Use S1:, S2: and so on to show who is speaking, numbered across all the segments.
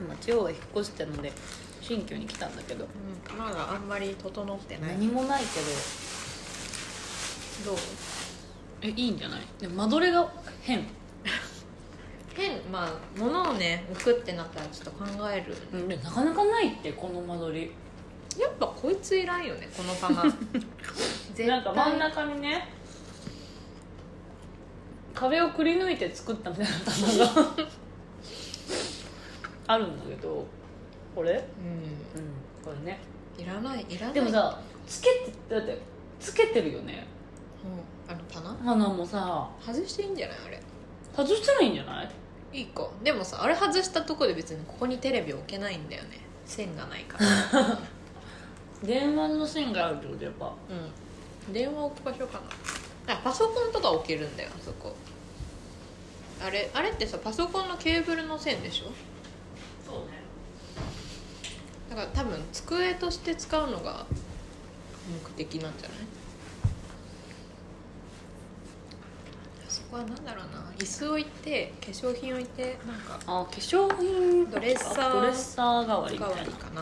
S1: 今地方へ引っ越したので新居に来たんだけど
S2: うん、まだあんまり整ってない
S1: 何もないけ
S2: どう
S1: どえいいんじゃないでも間取りが変、
S2: 変まあ物をね置くってなったらちょっと考える
S1: うん、でなかなかないってこの間取り
S2: やっぱこいついらんよねこ の棚絶
S1: なんか真ん中にね壁をくり抜いて作ったみたいな棚が あるんだけどこれ
S2: う
S1: これね
S2: んいらないいらない
S1: でも、さつけてだってつけてるよね
S2: うん、あの棚
S1: 花もさ
S2: 外していいんじゃないあれ
S1: 外してないんじゃない
S2: いいかでもさあれ外したとこで別にここにテレビ置けないんだよね線がないから、
S1: 電話の線があるってことやっぱ
S2: うん、電話置く場所かなあパソコンとか置けるんだよあそこあれあれってさパソコンのケーブルの線でしょ
S1: そうね
S2: だから多分机として使うのが目的なんじゃないそこはなんだろうな椅子置いて化粧品置いてなんか
S1: あ化粧品
S2: ドレッサー
S1: ドレッサー代わりみた
S2: 使わ
S1: い
S2: り
S1: な
S2: かな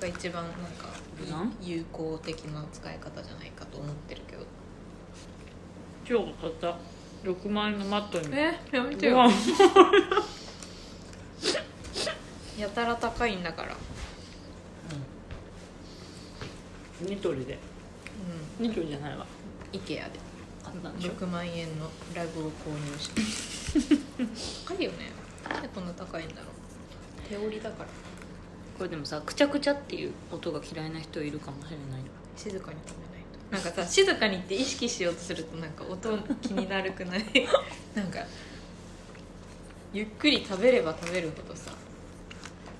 S2: が一番なんか
S1: 無難
S2: 有効的な使い方じゃないかと思ってるけど
S1: 今日買った6万円のマットに
S2: えやめ
S1: ご飯
S2: やたら高いんだから
S1: ニトリで
S2: う
S1: ニトリじゃないわ
S2: ん IKEA で
S1: 買ったんでしょ
S2: 6万円のラグを購入しま した高いよねなんでこんな高いんだろう手織りだから
S1: これでもさくちゃくちゃっていう音が嫌いな人いるかもしれない
S2: 静かに食べないとなんかさ静かにって意識しようとするとなんか音気になるく ないなんかゆっくり食べれば食べるほどさ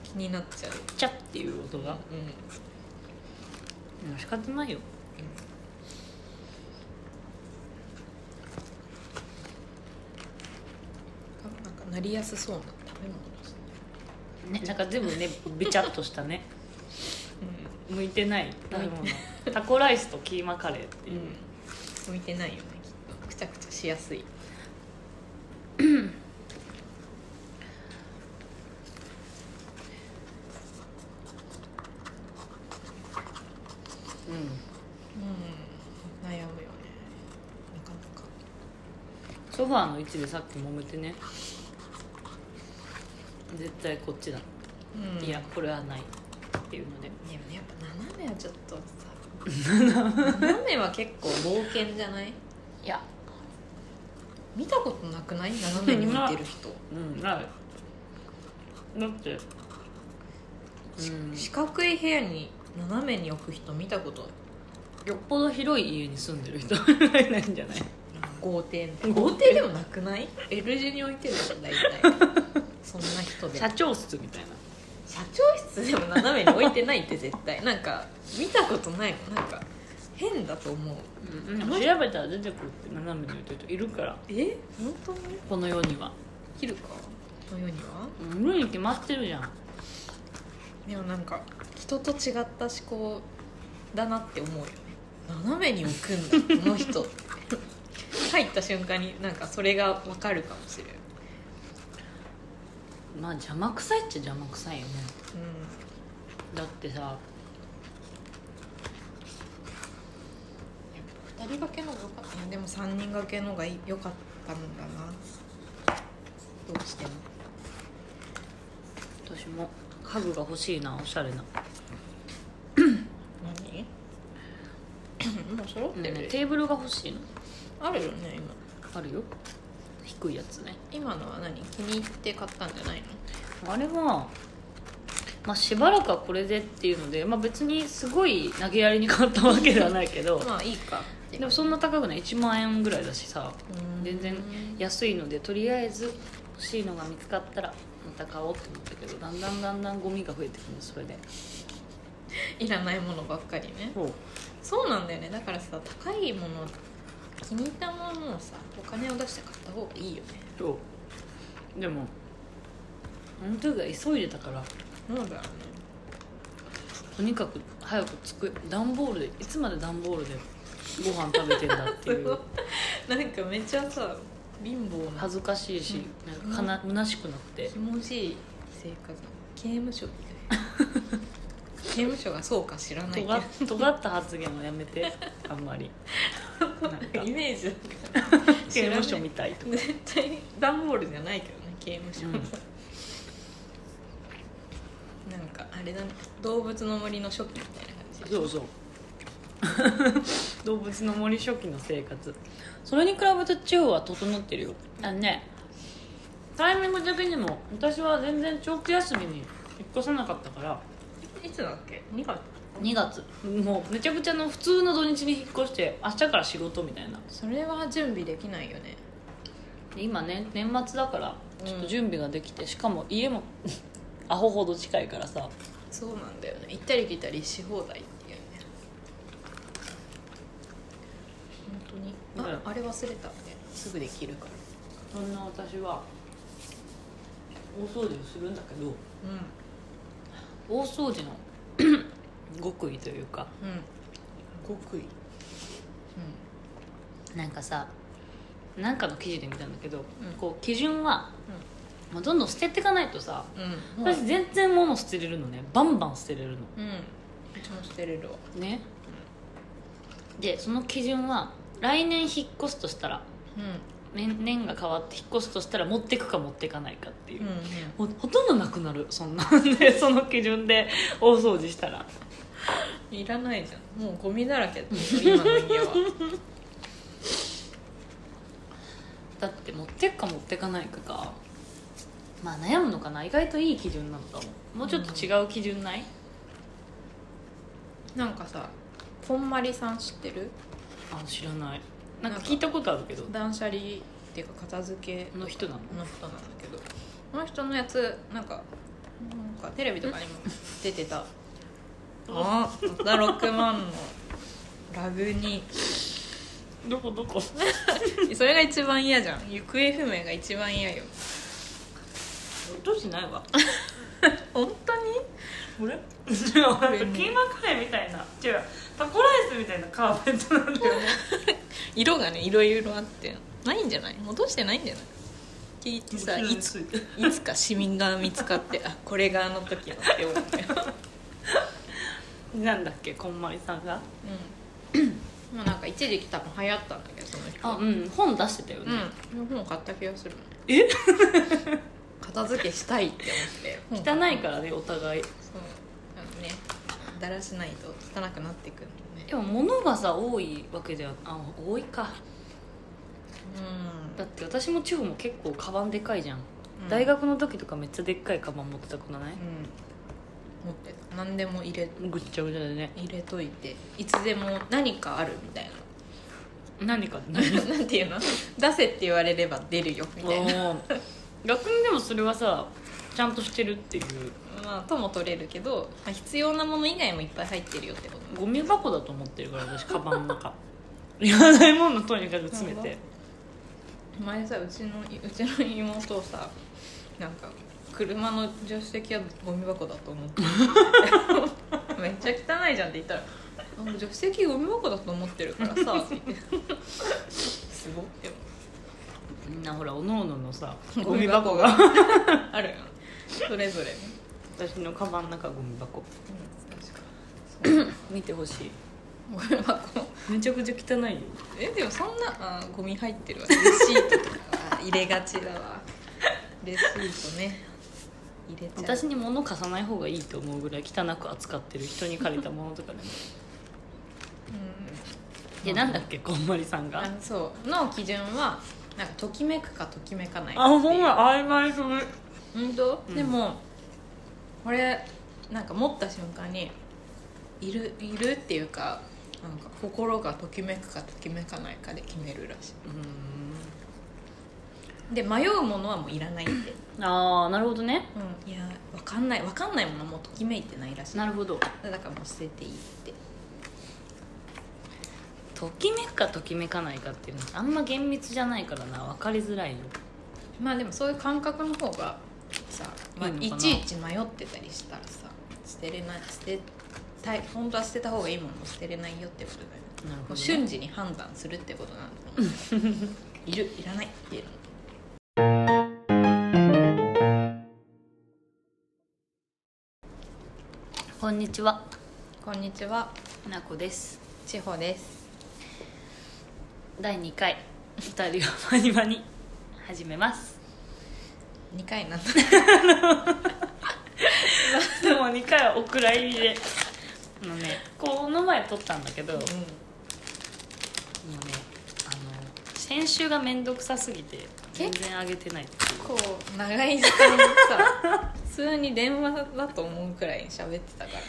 S2: 気になっちゃう
S1: くちゃっていう音が
S2: うん、うん
S1: でも仕方ないよ
S2: あなんかなりやすそうな食べ物ですね
S1: ねなんか全部ねべちゃっとしたね 向いてない食べ物タコライスとキーマカレーって
S2: う
S1: い
S2: ん、
S1: う、
S2: 向いてないよねきっとくちゃくちゃしやすい
S1: うん
S2: うん悩むよねなかなか
S1: ソファーの位置でさっき揉めてね絶対こっちだ、
S2: うん
S1: いやこれはないっていうので
S2: でもねやっぱ斜めはちょっとさ 斜めは結構冒険じゃない
S1: いや
S2: 見たことなくない斜めに向いて る人
S1: うんないだってうん
S2: 四角い部屋に斜めに置く人見たこと
S1: よっぽど広い家に住んでる人 ぐらいないんじゃない
S2: 豪邸
S1: うん
S2: 豪邸でもなくない L 字に置いてるでしょ 大体そんな人で
S1: 社長室みたいな
S2: 社長室でも斜めに置いてないって絶対なんか見たことないもんなんか変だと思う
S1: うん、調べたら出てくるって斜めに言ってる人いるから
S2: え本当に
S1: この世には
S2: 切るかこの世には
S1: 無理に決まってるじゃん
S2: でもなんか人と違った思考だなって思うよね斜めに置くんだこの 人入った瞬間になんかそれが分かるかもしれない、
S1: まあ邪魔くさいっちゃ邪魔くさいよねだってさ
S2: うん、2人掛けのが良かったいやでも3人掛けのが良かったんだなどうしても
S1: 私も家具が欲しいなおしゃれな、
S2: 何 もう揃っ
S1: うん
S2: てる、
S1: テーブルが欲しいの
S2: あるよね今
S1: あるよ低いやつね
S2: 今のは何気に入って買ったんじゃないの
S1: あれは、まあ、しばらくはこれでっていうので、まあ、別にすごい投げやりに買ったわけではないけど
S2: まあいいか
S1: でもそんな高くない1万円ぐらいだしさ
S2: うん
S1: 全然安いのでとりあえず欲しいのが見つかったらまた買おうと思ったけどだんだんだんだんゴミが増えてくるのそれで
S2: いらないものばっかりね
S1: そう
S2: そうなんだよねだからさ高いもの気に入ったものをさお金を出して買った方がいいよね
S1: そうでもあの時は急いでたから
S2: そうだよね
S1: とにかく早く机段ボールでいつまで段ボールでご飯食べてんだってい う
S2: なんかめっちゃさ貧乏な
S1: 恥ずかしいしなんかかな虚しくなくて
S2: 気持ちいいっていうか刑務所みたいな 刑務所がそうか知らないけど
S1: 尖っ尖った発言はやめてあんまりなんか
S2: イメージ
S1: 刑務所みたいとか
S2: 絶対段ボールじゃないけどね刑務所、
S1: うん
S2: なんかあれだね動物の森の初期みたいな感じ
S1: そうそう動物の森初期の生活それに比べて地方は整ってるよあのねタイミング的にも私は全然長期休みに引っ越さなかったから
S2: いつだっけ2月
S1: 2月もうめちゃくちゃの普通の土日に引っ越して明日から仕事みたいな
S2: それは準備できないよね
S1: で今ね年末だから
S2: うん
S1: ちょっと準備ができて、しかも家も アホほど近いからさ
S2: そうなんだよね行ったり来たりし放題っていうね本当にああれ忘れたみたいなすぐできるから
S1: そんな私は大掃除をするんだけど
S2: う
S1: 大掃除の 極意というか
S2: んうん極意
S1: なんかさなんかの記事で見たんだけど、
S2: うん
S1: こう基準は、もうどんどん捨てていかないとさ、
S2: うんうん
S1: 私全然物捨てれるのねバンバン捨てれるの
S2: うんうちも捨てれるわ
S1: ね、でその基準は来年引っ越すとしたら
S2: うん
S1: 年年が変わって引っ越すとしたら持ってくか持ってかないかっていう、
S2: うんうん
S1: ほほとんどなくなるそんなん でその基準で大掃除したら
S2: いらないじゃんもうゴミだらけ だよ今の家は
S1: だって持ってくか持ってかないかかまあ悩むのかな意外といい基準なのかももうちょっと違う基準ない、
S2: なんかさこんまりさん知ってる
S1: あ知らないな
S2: なんん
S1: か
S2: か
S1: 聞いたことあるけど
S2: 断捨離っていうか片付け
S1: の人なの
S2: の人なんだけどこの人のやつなんかなんかテレビとかにも出てた ああ6万のラグに
S1: どこどこ
S2: それが一番嫌じゃん行方不明が一番嫌よ
S1: 音しないわ
S2: 本当に
S1: これ なんか
S2: これね
S1: キーマカレーみたいな違うタコライスみたいなカーペットなんだよね
S2: 色がねいろいろあってないんじゃない戻してないんじゃない聞いてさいつ
S1: ついて
S2: いつか市民が見つかってあこれがあの時のって思って
S1: なんだっけこんまりさんが
S2: うんもうなんか一時期多分流行ったんだけどその人
S1: あうん本出してたよね、
S2: うん本買った気がする
S1: え
S2: 片付けしたいって思って
S1: 汚
S2: 本
S1: いからねお互い
S2: そうあのねだらしないと汚くなってくるのね
S1: でも物がさ多いわけじゃあ多いかだって私も地方も結構カバンでかいじゃん、
S2: うん
S1: 大学の時とかめっちゃでっかいカバン持ってたことない
S2: うん、持ってた何でも入れ
S1: ぐっちゃぐちゃでね
S2: 入れといていつでも何かあるみたいな
S1: 何かね
S2: なんていうの出せって言われれば出るよみたいな
S1: もう逆にでもそれはさちゃんとしてるっていう
S2: まあとも取れるけど、まあ、必要なもの以外もいっぱい入ってるよってこと
S1: ゴミ箱だと思ってるから私カバンの 中いらないものとにかく詰めて
S2: 前さうちのうちの妹をさなんか車の助手席はゴミ箱だと 思ってるめっちゃ汚いじゃんって言ったら「あ助手席ゴミ箱だと思ってるからさ」って言ってすごって
S1: みんなほらおのおののさ
S2: ゴ
S1: ゴ
S2: ミ
S1: ミ箱
S2: 箱が
S1: が
S2: あるよそれぞれ、
S1: 私のカバンの中ゴミ箱見てほしい
S2: ゴミ箱
S1: めちゃくちゃ汚いよ
S2: えでもそんなあゴミ入ってるわレシートとかあ入れがちだわレシートね入れちゃう
S1: 私に物貸さない方がいいと思うぐらい汚く扱ってる人に借りたものとか ね
S2: うん
S1: でなんだっけこんまりさんが
S2: あそうの基準はなんかときめくかときめかないか
S1: あ
S2: って
S1: ほ
S2: い
S1: ん
S2: う
S1: ま曖昧する
S2: 本当、
S1: うん
S2: でもこれなんか持った瞬間にいるいるっていうかなんか心がときめくかときめかないかで決めるらし
S1: う
S2: いで迷うものはもういら ないって、うん
S1: んああなるほどね
S2: いやわかんないわかんないものはもうときめいてないらしい
S1: なるほど
S2: だからもう捨てていいって
S1: ときめくかときめかないかっていうのあんま厳密じゃないからな分かりづらいよ
S2: まあでもそういう感覚の方がさ、まあ
S1: いいのか
S2: い
S1: な
S2: ちいち迷ってたりしたらさ捨てれない捨てたい本当は捨てた方がいいものも捨てれないよってことだよね
S1: なる
S2: も
S1: ほど
S2: う
S1: ね
S2: 瞬時に判断するってことなんだと思 ういるいらないっていうの
S1: こんにちは
S2: こんにちは
S1: なこです
S2: 千穂です
S1: 第2回2人はマニマに始めます
S2: 2回なんだ
S1: でも2回はお蔵入りであのねこの前撮ったんだけど、もうねあの先週が面倒くさすぎて全然あげてない
S2: こう長い時間 さ普通に電話だと思うくらい喋ってたからね、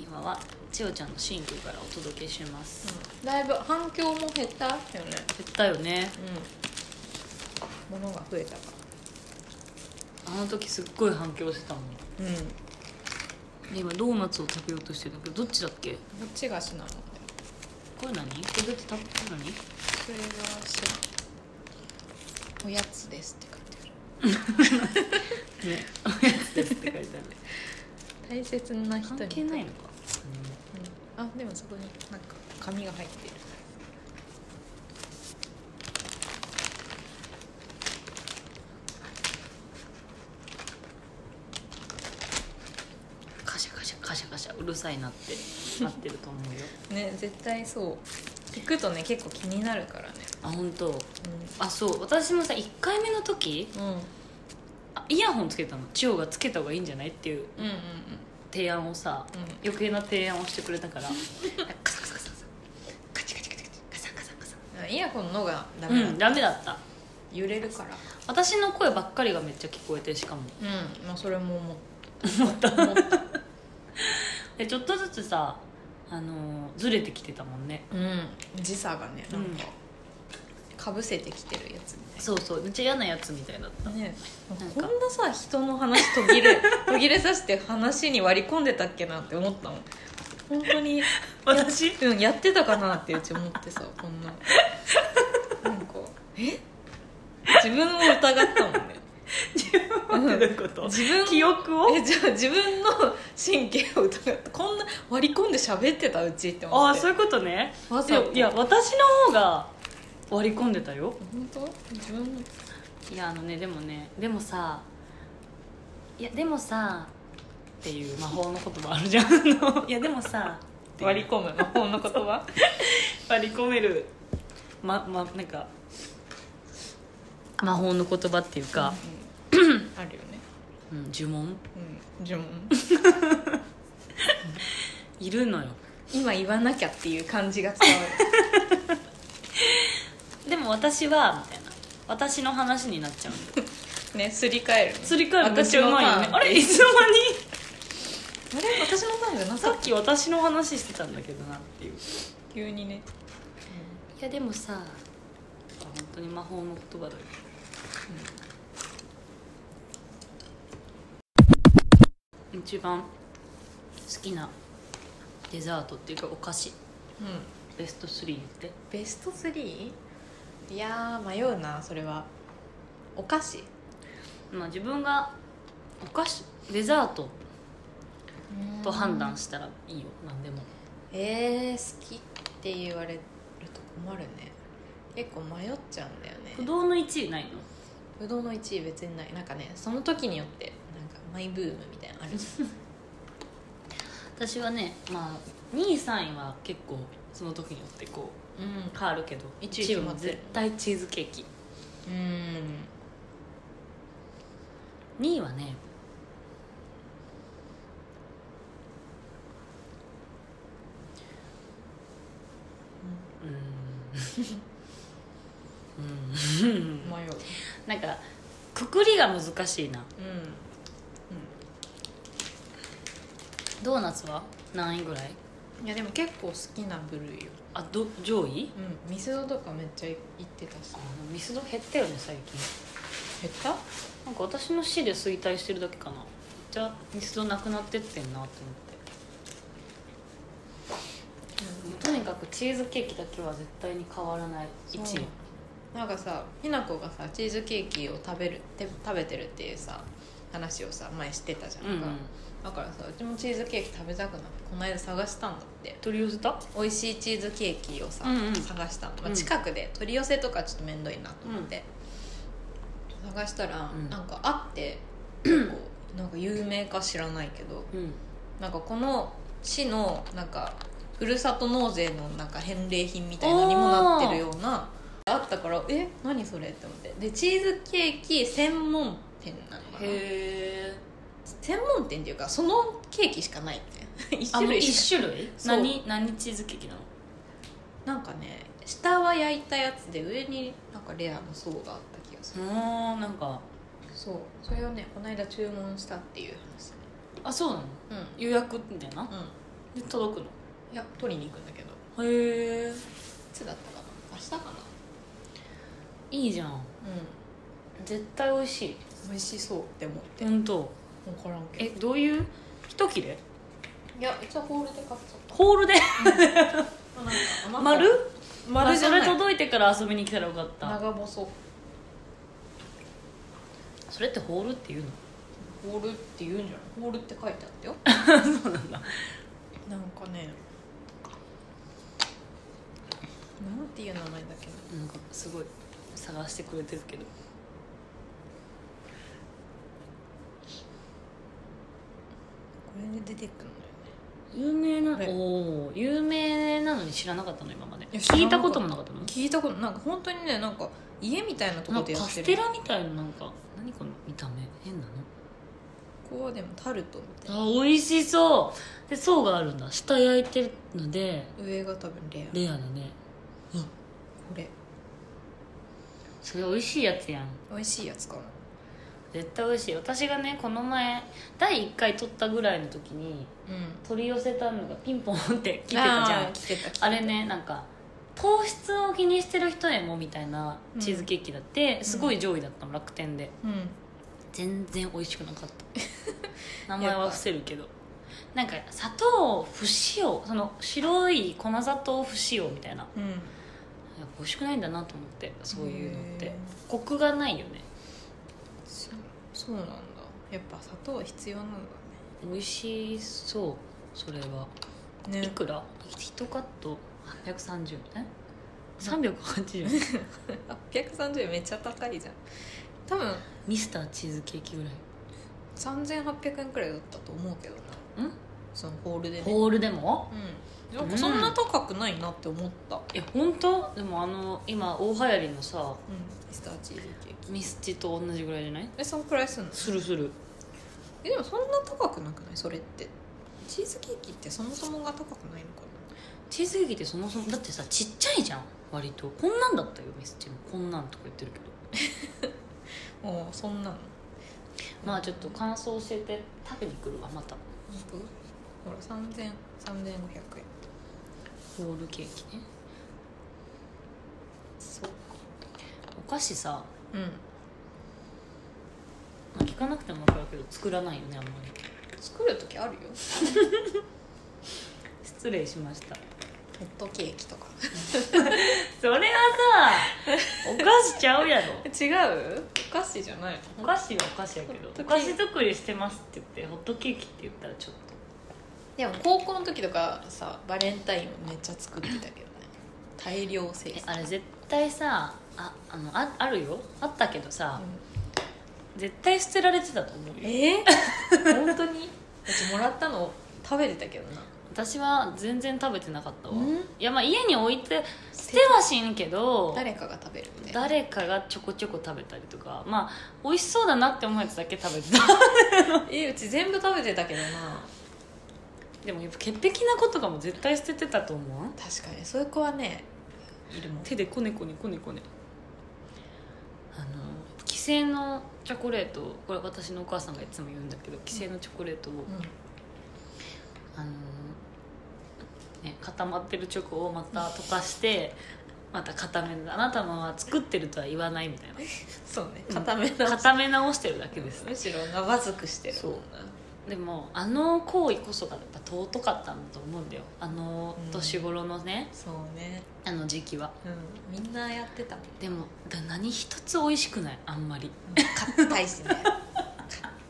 S1: 今は千代ちゃんの新居からお届けします、
S2: だいぶ反響も減ったよね
S1: 減ったよね
S2: うんものが増えたか
S1: あの時すっごい反響してたもん
S2: らうんどっ
S1: で今ドーナツを食べようとしてるんだけどどっちだっけ
S2: ちがしなのこ
S1: これ何これって食べて何
S2: れがしおやつですって書いてある
S1: ねおやつですって書い てある
S2: 大切な人に
S1: 関係ないのか、
S2: うんあでもそこになんか紙が入ってる
S1: カシャカシャカシャカシャうるさいなってなってると思うよ
S2: ね絶対そう聞くとね結構気になるからね
S1: あ本当。あそう私もさ1回目の時
S2: うんうんうん
S1: あイヤホンつけたの千代がつけた方がいいんじゃないっていう
S2: うん
S1: 提案をさ
S2: う
S1: 余計な提案をしてくれたからカサカサカサカサカチカチカチカチカサカサカサ
S2: んイヤホンのがダ
S1: う
S2: メだ、
S1: んダメだった
S2: 揺れるから
S1: 私の声ばっかりがめっちゃ聞こえてしかも
S2: うんまあそれも思った思った
S1: でちょっとずつさあのーずれてきてたもんね
S2: うん時差がねなんか、かぶせてきてるやつみたい
S1: そうそうめっちゃ嫌なやつみたいだった
S2: なね
S1: なん
S2: こ
S1: か
S2: んなさ人の話途 切れ途切れさせて話に割り込んでたっけなって思ったもん本当に
S1: 私
S2: うん、やってたかなってうち思ってさこんななんかえ自分を疑ったもんね
S1: ってどういうこと
S2: 自分
S1: 記憶を
S2: えじゃあ自分の神経を疑ったこんな割り込んで喋ってたうちって思
S1: あ
S2: っ
S1: あ
S2: て
S1: そういうことね
S2: わ
S1: い
S2: ざ
S1: や
S2: と
S1: いや私の方が割り込んでたよ
S2: 本当自分の
S1: いやあのねでもねでもさいやでもさっていう魔法の言葉あるじゃんあ のいやでもさっていう
S2: 割り込む魔法の言葉
S1: 割り込めるままなんか魔法の言葉っていうか、
S2: うんあるよね
S1: うん呪文
S2: うん呪文
S1: いるのよ
S2: 今言わなきゃっていう感じが伝わる
S1: でも私はみたいな私の話になっちゃうん だよ
S2: ねすり替えるね
S1: すり替えめっちゃうまいよね
S2: 私のターン
S1: あれいつの間に
S2: あれ私のターンじゃな
S1: さ
S2: さ
S1: っき私の話してたんだけどなっていうい
S2: 急にね
S1: やでもさ本当に魔法の言葉だよ一番好きなデザートっていうかお菓子
S2: うん
S1: ベスト3って
S2: ベスト 3? いやー迷うなそれはお菓子
S1: まあ自分がお菓子デザートと判断したらいいよ何でも
S2: えー、好きって言われると困るね結構迷っちゃうんだよ
S1: 不
S2: ね
S1: 動の1位ないの
S2: ぶどうの1位別にないなんかねその時によってなんかマイブームみたいなのあるじゃん
S1: 私はねまあ2位3位は結構その時によってこう
S2: うん
S1: 変わるけど
S2: 一位
S1: 1位は
S2: 決ま
S1: も
S2: っ
S1: う
S2: てる
S1: 絶対チーズケーキ
S2: うん
S1: 2位はねうーんうーん
S2: 迷う
S1: なんかくくりが難しいな
S2: うん、うん、
S1: ドーナツは何位ぐらい
S2: いやでも結構好きな部類よ
S1: あど上位
S2: うんミスドとかめっちゃ行ってたし
S1: あミスド減ったよね最近
S2: 減った
S1: なんか私の死で衰退してるだけかなめっちゃミスドなくなってってんなと思って、とにかくチーズケーキだけは絶対に変わらない1
S2: そう
S1: 位
S2: なんかさひなこがさチーズケーキを食べるて食べてるっていうさ話をさ前してたじゃん
S1: うん、
S2: か、だからさうちもチーズケーキ食べたくなってこの間探したんだって
S1: 取り寄せた
S2: 美味しいチーズケーキをさ、
S1: うんうん
S2: 探したの、まあ
S1: うん
S2: 近くで取り寄せとかちょっと面倒いなと思って、探したら、
S1: うん
S2: なんかあって結構なんか有名か知らないけど
S1: うん
S2: なんかこの市のなんかふるさと納税のなんか返礼品みたいなのにもなってるようなあったからえ何それって思ってでチーズケーキ専門店なのかな
S1: へえ
S2: 専門店っていうかそのケーキしかないって 一
S1: あ
S2: 種
S1: もう
S2: 類しか
S1: 一種類
S2: そう
S1: 何何チーズケーキなの
S2: なんかね下は焼いたやつで上になんかレアの層があった気がする、
S1: うーんなんか
S2: そうそれをねこの間注文したっていう話
S1: あそうなの
S2: うん
S1: 予約みたいな
S2: う
S1: で届く
S2: んいや取りに行くんだけどい
S1: のへえ
S2: つだったかな明日かない
S1: いじゃん
S2: う
S1: 絶対美味しい
S2: ん美味しそうって思って
S1: 本当
S2: 分からん
S1: えどういう一切れ
S2: いやうちはホールで買っちゃった
S1: ホールで
S2: あなんか余った
S1: 丸
S2: 丸じゃな
S1: あそれ
S2: い
S1: 届いてから遊びに来たらよかった
S2: 長細
S1: それってホールっていうの
S2: ホールって言うんじゃないホールって書いてあったよ
S1: そうなんだ
S2: なんかねなんていう名前だっけな
S1: なんかすごい探してくれてるけど
S2: これで出てくるんだ
S1: 有名
S2: よね
S1: な
S2: はい
S1: おお有名なのに知らなかったの今まで
S2: や知らな
S1: 聞い
S2: かった
S1: たこともなかったの
S2: 聞いたことなんか本当にねなんか家みたいなとこ
S1: な
S2: ろ
S1: んか
S2: でや
S1: カ
S2: って
S1: ス
S2: る
S1: テラみたいななんか何この見た目変なの
S2: ここはでもタルトみたいな
S1: あ美味しそうで層があるんだ下焼いてるので
S2: 上が多分レアこ
S1: レアだね
S2: れ
S1: それ美味しいやつやん
S2: 美味しいやつかな
S1: 絶対美味しい私がねこの前第1回撮ったぐらいの時に
S2: うん
S1: 取り寄せたのがピンポンって来てたじゃん
S2: あー来てた来てた
S1: あれねなんか糖質を気にしてる人へもみたいなチーズケーキだって、
S2: ん
S1: すごい上位だったの楽天で
S2: うん
S1: 全然美味しくなかった 名前は伏せるけどなんか砂糖不使用その白い粉砂糖不使用みたいなやっ
S2: うん
S1: ぱ美味しくないんだなと思ってそういうのっ
S2: へ
S1: て
S2: ー
S1: コクがないよね
S2: そそうなんだやっぱ砂糖は必要なんだ
S1: 美味しそうそれは
S2: ね
S1: い
S2: ね
S1: くら1カット830え380円
S2: 830円めっちゃ高いじゃん多分
S1: ミスターチーズケーキぐらい
S2: 3800円くらいだったと思うけどなんそのホールでね
S1: ホールでも
S2: うんなんかそんな高くないなって思った、うん、
S1: え本当でもあの今大流行りのさ
S2: ミスターチーズケーキ
S1: ミスチと同じぐらいじゃない
S2: えそのくらいすんの
S1: するする
S2: えでもそんな高くなくないそれってチーズケーキってそもそもが高くないのか
S1: チーズケーキってそもそもだってさちっちゃいじゃん割とこんなんだったよミスチもこんなんとか言ってるけど
S2: なおそんなの
S1: まあちょっと感想教えて食べに来るわまた
S2: ほら30003500円
S1: ホールケーキね
S2: そうか
S1: お菓子さ、
S2: うん
S1: まあ、聞かなくても分かるけど作らないよねあんまり
S2: 作る時あるよ
S1: 失礼しました
S2: ホットケーキとか
S1: それはさお菓子ちゃうやろ
S2: 違うお菓子じゃない
S1: お菓子はお菓子やけど
S2: ホッ
S1: お
S2: トケ
S1: 菓
S2: ーキ
S1: 子作りしてますって言ってホットケーキって言ったらちょっと
S2: でも高校の時とかさバレンタインめっちゃ作ってたけどね大量生
S1: え
S2: 産
S1: あれ絶対さああのああるよあったけどさ、
S2: う
S1: 絶対捨てられてたと思うよ
S2: んえ本当にうちもらったの食べてたけどな
S1: 私は全然食べてなかったわ
S2: ん
S1: いやまあ家に置いて捨てはしんけど
S2: 誰かが食べるみたいな
S1: 誰かがちょこちょこ食べたりとかまあ美味しそうだなって思うやつだけ食べてた
S2: えうち全部食べてたけどな
S1: でもやっぱ潔癖な子とかも絶対捨ててたと思う
S2: 確かにそういう子はねいるもん
S1: 手でこねこねこねこねあの既成のチョコレートをこれ私のお母さんがいつも言うんだけど既成のチョコレートを、
S2: う
S1: あのね、固まってるチョコをまた溶かしてまた固めるあなたは作ってるとは言わないみたい
S2: んそうね
S1: うん
S2: 固め
S1: な
S2: な、
S1: 固め直してるだけです
S2: むしろ長づくしてる
S1: そう
S2: もんな
S1: でもあの行為こそがやっぱ尊かったんだと思うんだよあの
S2: うん
S1: 年頃のね、
S2: そうね
S1: あの時期は
S2: うんみんなやってたもん
S1: でもだ何一つ美味しくないあんまり
S2: 硬いし ね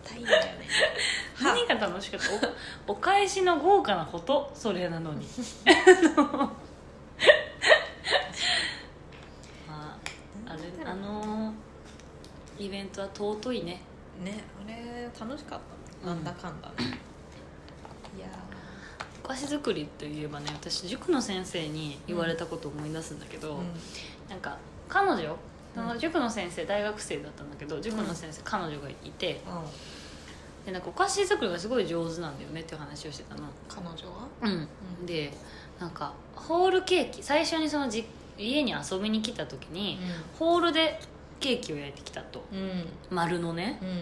S2: 硬いんだよねは
S1: 何が楽しかったおお返しの豪華なことそれなの にまああれあのイベントは尊いね
S2: ねあれ楽しかったな
S1: うん
S2: んだかんだね、いや
S1: お菓子作りといえばね私塾の先生に言われたことを思い出すんだけど、
S2: ー、うん
S1: なんか彼女その塾の先生大学生だったんだけど塾の先生、彼女がいてでなんかお菓子作りがすごい上手なんだよねっていう話をしてたの
S2: 彼女は
S1: うん、
S2: うん
S1: でなんかホールケーキ最初にそのじ家に遊びに来た時に、ホールでケーキを焼いてきたと
S2: うんうん
S1: 丸のね
S2: うん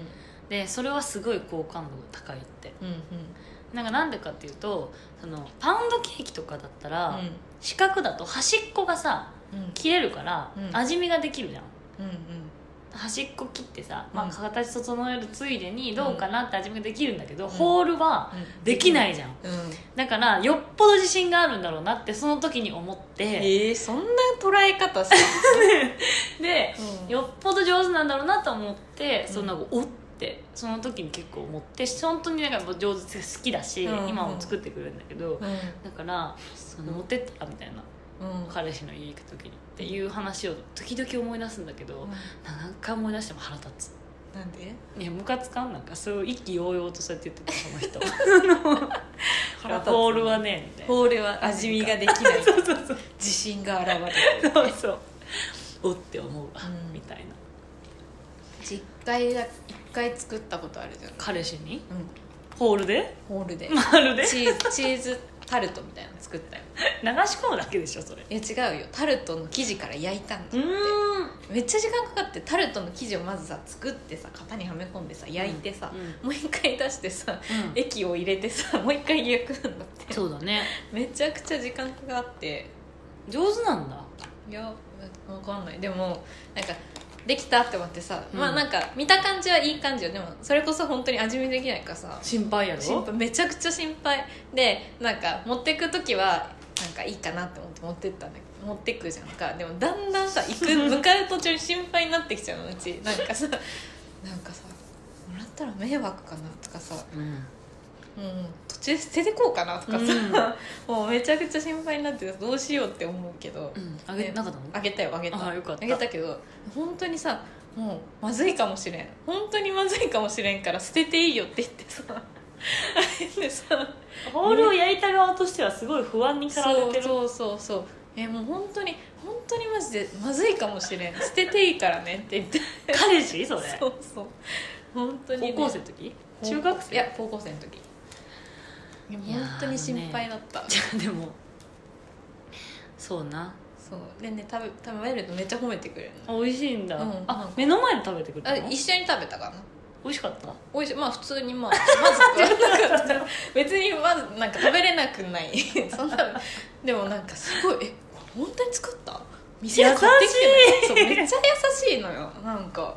S1: でそれはすごい好感度が高いって
S2: うん
S1: なんかなんでかっていうとそのパウンドケーキとかだったら、
S2: うん
S1: 四角だと端っこがさ
S2: うん
S1: 切れるから、
S2: うん
S1: 味見ができるじゃん
S2: うん
S1: 端っこ切ってさ、ま
S2: う
S1: あ、
S2: ん
S1: 形整えるついでにどうかなって味見ができるんだけど、
S2: うん
S1: ホールは
S2: うん
S1: できないじゃん
S2: うん
S1: だからよっぽど自信があるんだろうなってその時に思って
S2: えー、そんな捉え方さ、
S1: で
S2: よ
S1: よっぽど上手なんだろうなと思って
S2: うん
S1: そんなおってその時に結構思って本当になんか上手好きだし、
S2: うん
S1: 今も作ってくれるんだけど
S2: うんうん
S1: だからその持ってったみたいな彼氏の家行く時にっていう話を時々思い出すんだけど何回思い出しても腹立つ
S2: なんで
S1: いやムカつかんなんかそう一気揚々とそうやって言ってたその 人
S2: 腹立つ
S1: ホールはねみたいな
S2: ホールは味見ができない
S1: そうそうそう
S2: 自信が現れる
S1: そうそうおって思うわ、
S2: うん
S1: みたいな
S2: 実家が一回作ったことあるじゃん、
S1: 彼氏に
S2: うん、
S1: ホールで
S2: ホールで
S1: まるで流し
S2: チーズチーズタルトみたいなの作ったよ
S1: 込むだけでしょそれ
S2: いや違うよタルトの生地から焼いたんだ
S1: うーん
S2: めっちゃ時間かかってタルトの生地をまずさ作ってさ型にはめ込んでさ焼いてさ、
S1: うん
S2: もう一回出してさ液を入れてさ もう一回焼くんだって
S1: そうだね
S2: めちゃくちゃ時間かかって
S1: 上手なんだ
S2: いやわかんないでもなんかできたって思ってさ、
S1: うん
S2: まあなんか見た感じはいい感じよでもそれこそ本当に味見できないからさ
S1: 心配やろ
S2: 心配めちゃくちゃ心配でなんか持ってく時はなんかいいかなって思って持ってったんだけど持ってくじゃんかでもだんだんさ行く向かう途中に心配になってきちゃうのうちなんかさなんかさもらったら迷惑かなとかさ
S1: うん
S2: もう途中で捨ててこうかなとかさ、 もうめちゃくちゃ心配になってどうしようって思うけど、
S1: うんあげてなかったの
S2: あげたよあげた
S1: あよかった
S2: あげたけど本当にさもうまずいかもしれん本当にまずいかもしれんから捨てていいよって言ってさあれでさ
S1: ホールを焼いた側としてはすごい不安に駆ら
S2: そ
S1: れ
S2: う
S1: てる
S2: そうそうそうえもう本当に本当にマジでまずいかもしれん捨てていいからねって言って
S1: 彼氏それ
S2: そうそう本当にね、
S1: 高校生の時中学生
S2: いや高校生の時いや
S1: いやー
S2: 本当に心配だった、
S1: じゃあでもそうな
S2: そうでね食べ食べるとめっちゃ褒めてくれるの
S1: 美味しいんだ、
S2: うん
S1: あ目の前で食べてくれた
S2: あ
S1: の
S2: 一緒に食べたかな
S1: 美味しかった
S2: 美味しいまあ普通に まあまず食べなかった別にまずなんか食べれなくない そんなでもなんかすごいえ本当に作った店で買ってきてないそうめっちゃ優しいのよなんか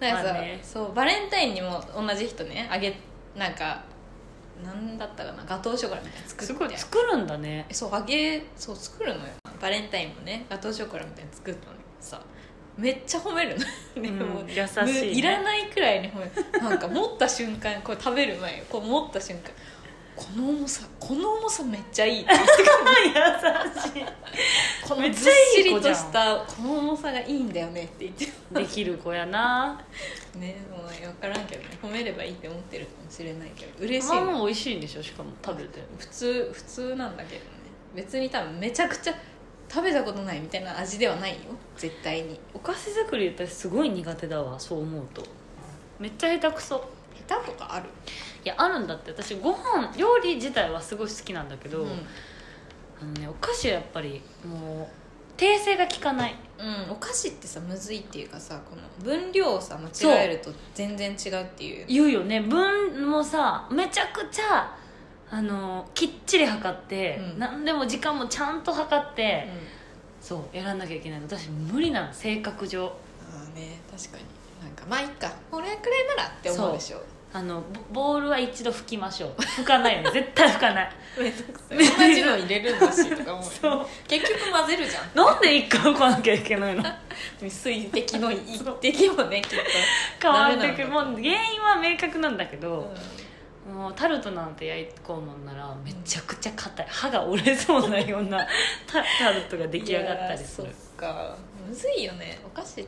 S2: なんかさ、
S1: まあね
S2: そうバレンタインにも同じ人ねあげなんかなんだったかなガトーショコラみたいなの作って
S1: すごい作るんだね
S2: えそうあげそう作るのよバレンタインもねガトーショコラみたいに作ったのにさめっちゃ褒めるの でも、
S1: うん優しい
S2: む
S1: ね、
S2: いらないくらいに褒めるなんか持った瞬間これ食べる前よこう持った瞬間この重さこの重さめっち ゃいいって言って
S1: 優し
S2: この
S1: めっ
S2: ず
S1: ちゃ
S2: っし
S1: いい
S2: り
S1: 子じゃ
S2: と
S1: ん
S2: したこの重さがいいんだよねって言って
S1: いできる子やな
S2: ねもう分からんけどね褒めればいいって思ってるかもしれないけど嬉しい
S1: まあ
S2: の
S1: もう美味しいんでしょしかも食べて
S2: 普通普通なんだけどね別に多分めちゃくちゃ食べたことないみたいな味ではないよ絶対に
S1: お菓子作り私すごい苦手だわそう思うとめっちゃ下手くそ
S2: 下手とかある
S1: いやあるんだって私ご飯料理自体はすごい好きなんだけど、
S2: うんうん
S1: あのねお菓子はやっぱりもう訂正が効かない
S2: お菓子ってさむずいっていうかさこの分量をさ間違えると全然違うっていう
S1: 言うよね分もさめちゃくちゃあのきっちり測って、
S2: うん
S1: 何でも時間もちゃんと測って、
S2: うん
S1: そうやらなきゃいけないの私無理なの性格上
S2: ああね確かになんかまあいっかこれくらいならって思うでしょ
S1: あのボボールは一度拭きましょう拭かないよ ね絶対拭かない
S2: めんどくさい同じの入れるんだしとか思う
S1: そう
S2: 結局混ぜるじゃん
S1: なんで一回拭かなきゃいけ ないの
S2: 水滴の一滴もねきっ
S1: 変わってく
S2: ダメ
S1: る
S2: な
S1: もう原因は明確なんだけ
S2: と、
S1: ど、もうタルトなんて焼いこうもんならめちゃくちゃ硬い歯が折れそうなようなタタルトが出来上がったりする
S2: いやーそっかむずいよねお菓子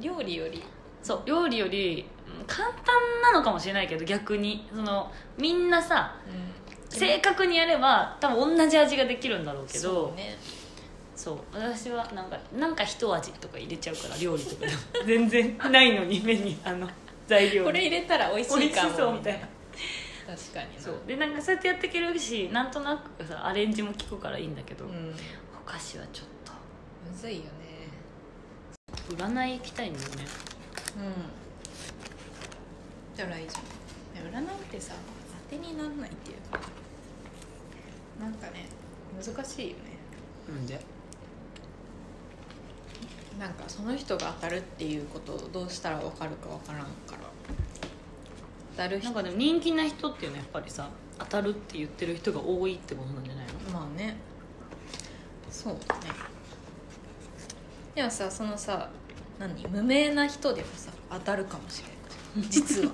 S2: 料理より
S1: そう料理よりうん簡単なのかもしれないけど逆にそのみんなさ正確にやれば多分同じ味ができるんだろうけど
S2: そうね
S1: そう私はなんかなんか一味とか入れちゃうから料理とかでも 全然ないのに目にあの材料に
S2: これ入れたら美味し
S1: 美
S2: い
S1: 味し
S2: かも
S1: そうみたいな
S2: 確かにな
S1: そうでなんかそうやってやっていけるしなんとなくさアレンジも効くからいいんだけど、
S2: う
S1: お
S2: ん
S1: 菓子はちょっ
S2: むずいよね
S1: と占い行きたいんだよね
S2: うんじゃあ来週占いってさ当てにならないっていうかなんかね難しいよね
S1: なんで
S2: なんかその人が当たるっていうことをどうしたら分かるか分からんから当たる
S1: な
S2: 人
S1: んかでも人気な人っていうのはやっぱりさ当たるって言ってる人が多いってことなんじゃないの
S2: まあねそうだねでもさそのさ何無名な人でもさ当たるかもしれ ない実は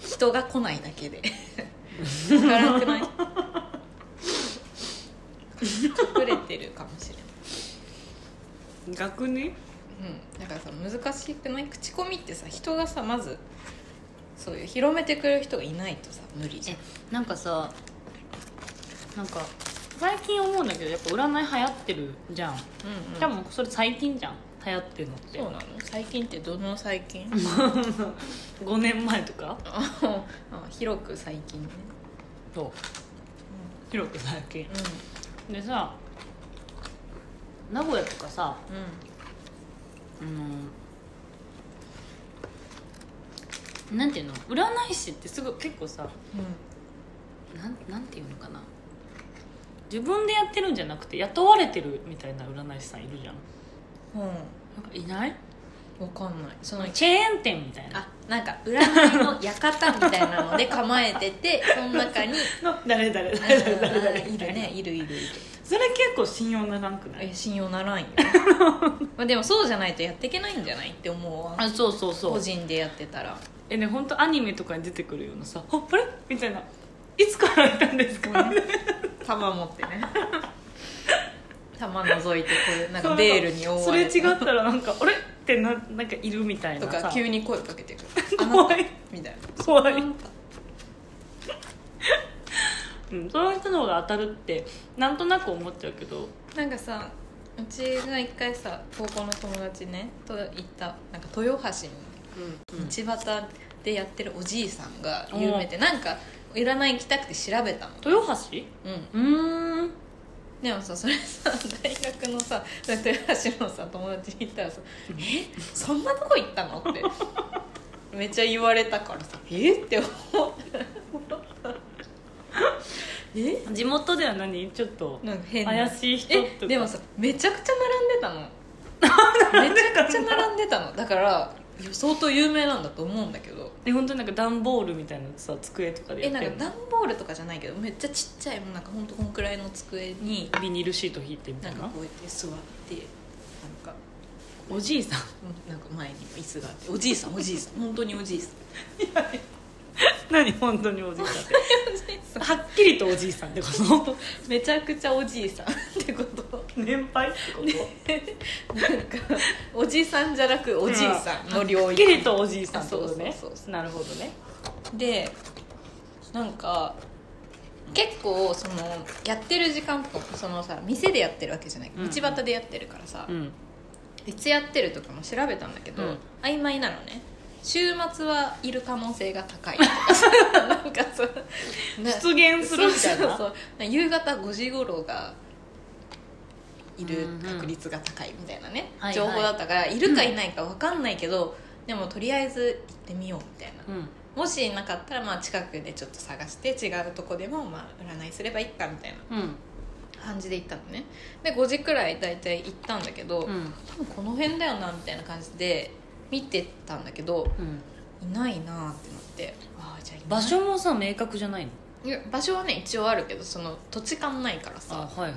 S2: 人が来ないだけで分からなくない隠れてるかもしれない
S1: 逆に
S2: うん、だからその難しくない口コミってさ人がさまずそういう広めてくれる人がいないとさ無理じゃん
S1: えなんかさなんか最近思うんだけどやっぱ占い流行ってるじゃん、
S2: うん
S1: 多分それ最近じゃん流行ってるのって
S2: そうなの最近ってどの最 近
S1: 5年前とか
S2: あ広く最近ね
S1: そう広く最近でさ名古屋とかさ
S2: うんうん
S1: あのなんていうの占い師ってすぐ結構さなんなんていうのかな自分でやってるんじゃなくて雇われてるみたいな占い師さんいるじゃん
S2: うん、うん
S1: なんかいない
S2: わかんないその
S1: チェーン店みたいな
S2: あなんか占いの館みたいなので構えててその中に
S1: の誰誰
S2: あ
S1: 誰誰誰誰
S2: ーいるねいるいるいる
S1: それ結構信用ならんくない
S2: え信用ならんよまあでもそうじゃないとやっていけないんじゃないって思うわ
S1: あそうそうそ
S2: 個
S1: う
S2: 人でやってたら
S1: えね本当アニメとかに出てくるようなさ「ああれ?」みたいな「いつからいたんですか?」
S2: 玉持ってね玉覗いてこうなんかベールに覆
S1: そ
S2: わ
S1: れ違
S2: れ
S1: ってたらなんか「あれ?」ってななんかいるみたい
S2: と
S1: なさ
S2: か急に声かけてくる
S1: 怖い
S2: あなたみたい
S1: 怖、
S2: ない
S1: うん、その人の方が当たるってなんとなく思っちゃうけど
S2: なんかさうちが一回さ高校の友達ねと行ったなんか豊橋
S1: うん、
S2: に道端でやってるおじいさんが有名で、なんか占い行きたくて調べたの
S1: 豊橋
S2: うん
S1: うーん
S2: でもさそれさ大学のさ豊橋のさ友達に言ったらさ「えそんなとこ行ったの?」ってめっちゃ言われたからさ「えっ?」て思った え
S1: 地元では何ちょっと
S2: なんか変な
S1: 怪しい人と
S2: え
S1: か
S2: でもさめちゃくちゃ並ん でたのめちゃくちゃ並んでたのだからいや相当有名なんだと思うんだけど
S1: え本当になんか段ボールみたいなさ机とかで
S2: え
S1: や
S2: な
S1: っ
S2: ん
S1: て
S2: か
S1: るの
S2: 段ボールとかじゃないけどめっちゃちっちゃいもうなんかほんとこんくらいの机に
S1: ビニールシート引いてみた
S2: ないん
S1: な
S2: かこうやって座ってなんか
S1: おじいさん
S2: うんなんか前にも椅子があっておじいさんおじいさん本当におじいさん
S1: 何本当におじいさんって はっきりとおじいさんってこ
S2: 本当めちゃくちゃおじいさんってこと
S1: と年配ってこと、
S2: なんかおじさんじゃなくおじいさんの領
S1: はっ
S2: 域
S1: きりとおじいさんってことね
S2: あそうそうそ
S1: なるほどね
S2: でなんか結構そのやってる時間とかもそのさ店でやってるわけじゃない
S1: うん
S2: 道端でやってるからさ、
S1: うん
S2: いつやってるとかも調べたんだけど、
S1: うん
S2: 曖昧なのね週末はいる可能性が 高いとかさなんかさな
S1: 出現するみたいな
S2: そうそうそう夕方5時頃がいる
S1: うんうん
S2: 確率が高いみたいなね、
S1: はいはい
S2: 情報だったから、いるかいないか分かんないけど、でもとりあえず行ってみようみたいな、
S1: うん
S2: もしなかったらまあ近くでちょっと探して違うとこでもまあ占いすればいいかみたいな
S1: うん
S2: 感じで行ったのねで5時くらい大体行ったんだけど、
S1: うん
S2: 多分この辺だよなみたいな感じで見てたんだけど
S1: うん
S2: いないなってなってああじゃあいない
S1: 場所もさ明確じゃないの
S2: いや場所はね一応あるけどその土地勘ないからさ
S1: はいはい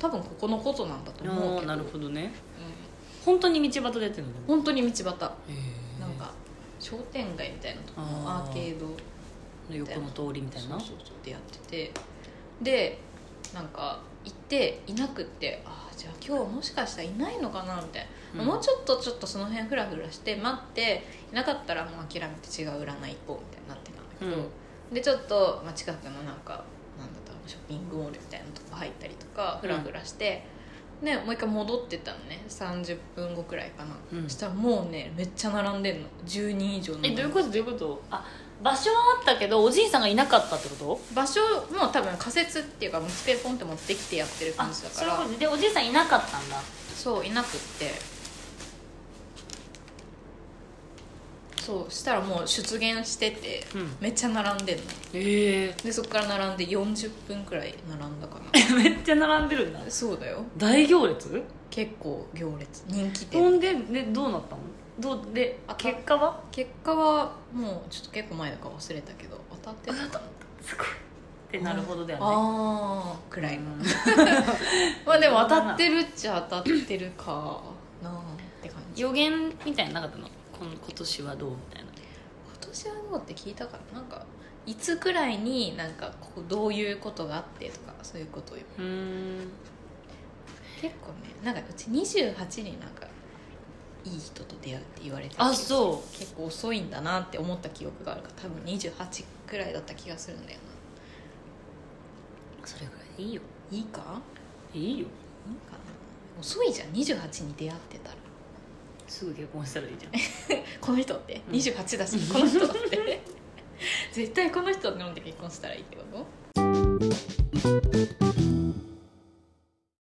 S2: 多分ここのことなんだと思う
S1: あ
S2: け
S1: あ
S2: ど
S1: なるほどね
S2: う
S1: 本当に道端でやってるの
S2: ん、本当に道端
S1: へえ
S2: なんか商店街みたいなとこのア
S1: あー
S2: ーケード
S1: 横の通りみたいな
S2: そうそうそうでやっててでなんか行っていなくってああじゃあ今日もしかしたらいないのかなみたいな、
S1: うん
S2: もうちょっとちょっとその辺フラフラして待っていなかったらもう諦めて違う占い行こうみたいになってたんだけど、でちょっと、まあ、近くのなんかなんだったショッピングモールみたいなとこ入ったりとか
S1: う
S2: フ
S1: ん
S2: ラフラして、ね、もう一回戻ってったのね30分後くらいかな、
S1: うん
S2: そしたらもうねめっちゃ並んでんの10人以上の
S1: えどういうことどういうことあ場所はあったけどおじいさんがいなかったってこと
S2: 場所も多分仮設っていうかもう机ポンって持ってきてやってる感
S1: あ
S2: じだ
S1: そ
S2: か
S1: ういう
S2: ら
S1: ことでおじいさんいなかったんだ
S2: そういなくってそうしたらもう出現してて、
S1: うん
S2: めっちゃ並んでんの
S1: ええ
S2: でそっから並んで40分くらい並んだか
S1: めっちゃ並んでるんだ
S2: なそうだよ
S1: 大行列
S2: 結構行列人気
S1: ほ
S2: 店
S1: んででどうなったのどうで
S2: あた
S1: 結果は
S2: 結果はもうちょっと結構前だから忘れたけど当たってたかな
S1: すごいってなるほどだよね
S2: ああくらいの、
S1: うん
S2: まあでも当たってるっちゃ当たってるかなあって感じ
S1: 予言みたいなのなかったのこん今年はどうみたいな
S2: 今年はどうって聞いたからなんかいつくらいになんかここどういうことがあってとかそういうことを言う
S1: うーん
S2: 結構ねなんかうち28になんかいい人と出会うって言われて
S1: あそ
S2: 結構遅いんだなって思った記憶があるから多分28くらいだった気がするんだよ
S1: うそれぐらいでいいよ
S2: ないいかいいかない
S1: いよ
S2: いかな遅いじゃん28に出会ってたら
S1: すぐ結婚したらいいじゃん
S2: この人って
S1: うん
S2: 28だし、この人だって 絶対この人飲んで結婚したらいいってこと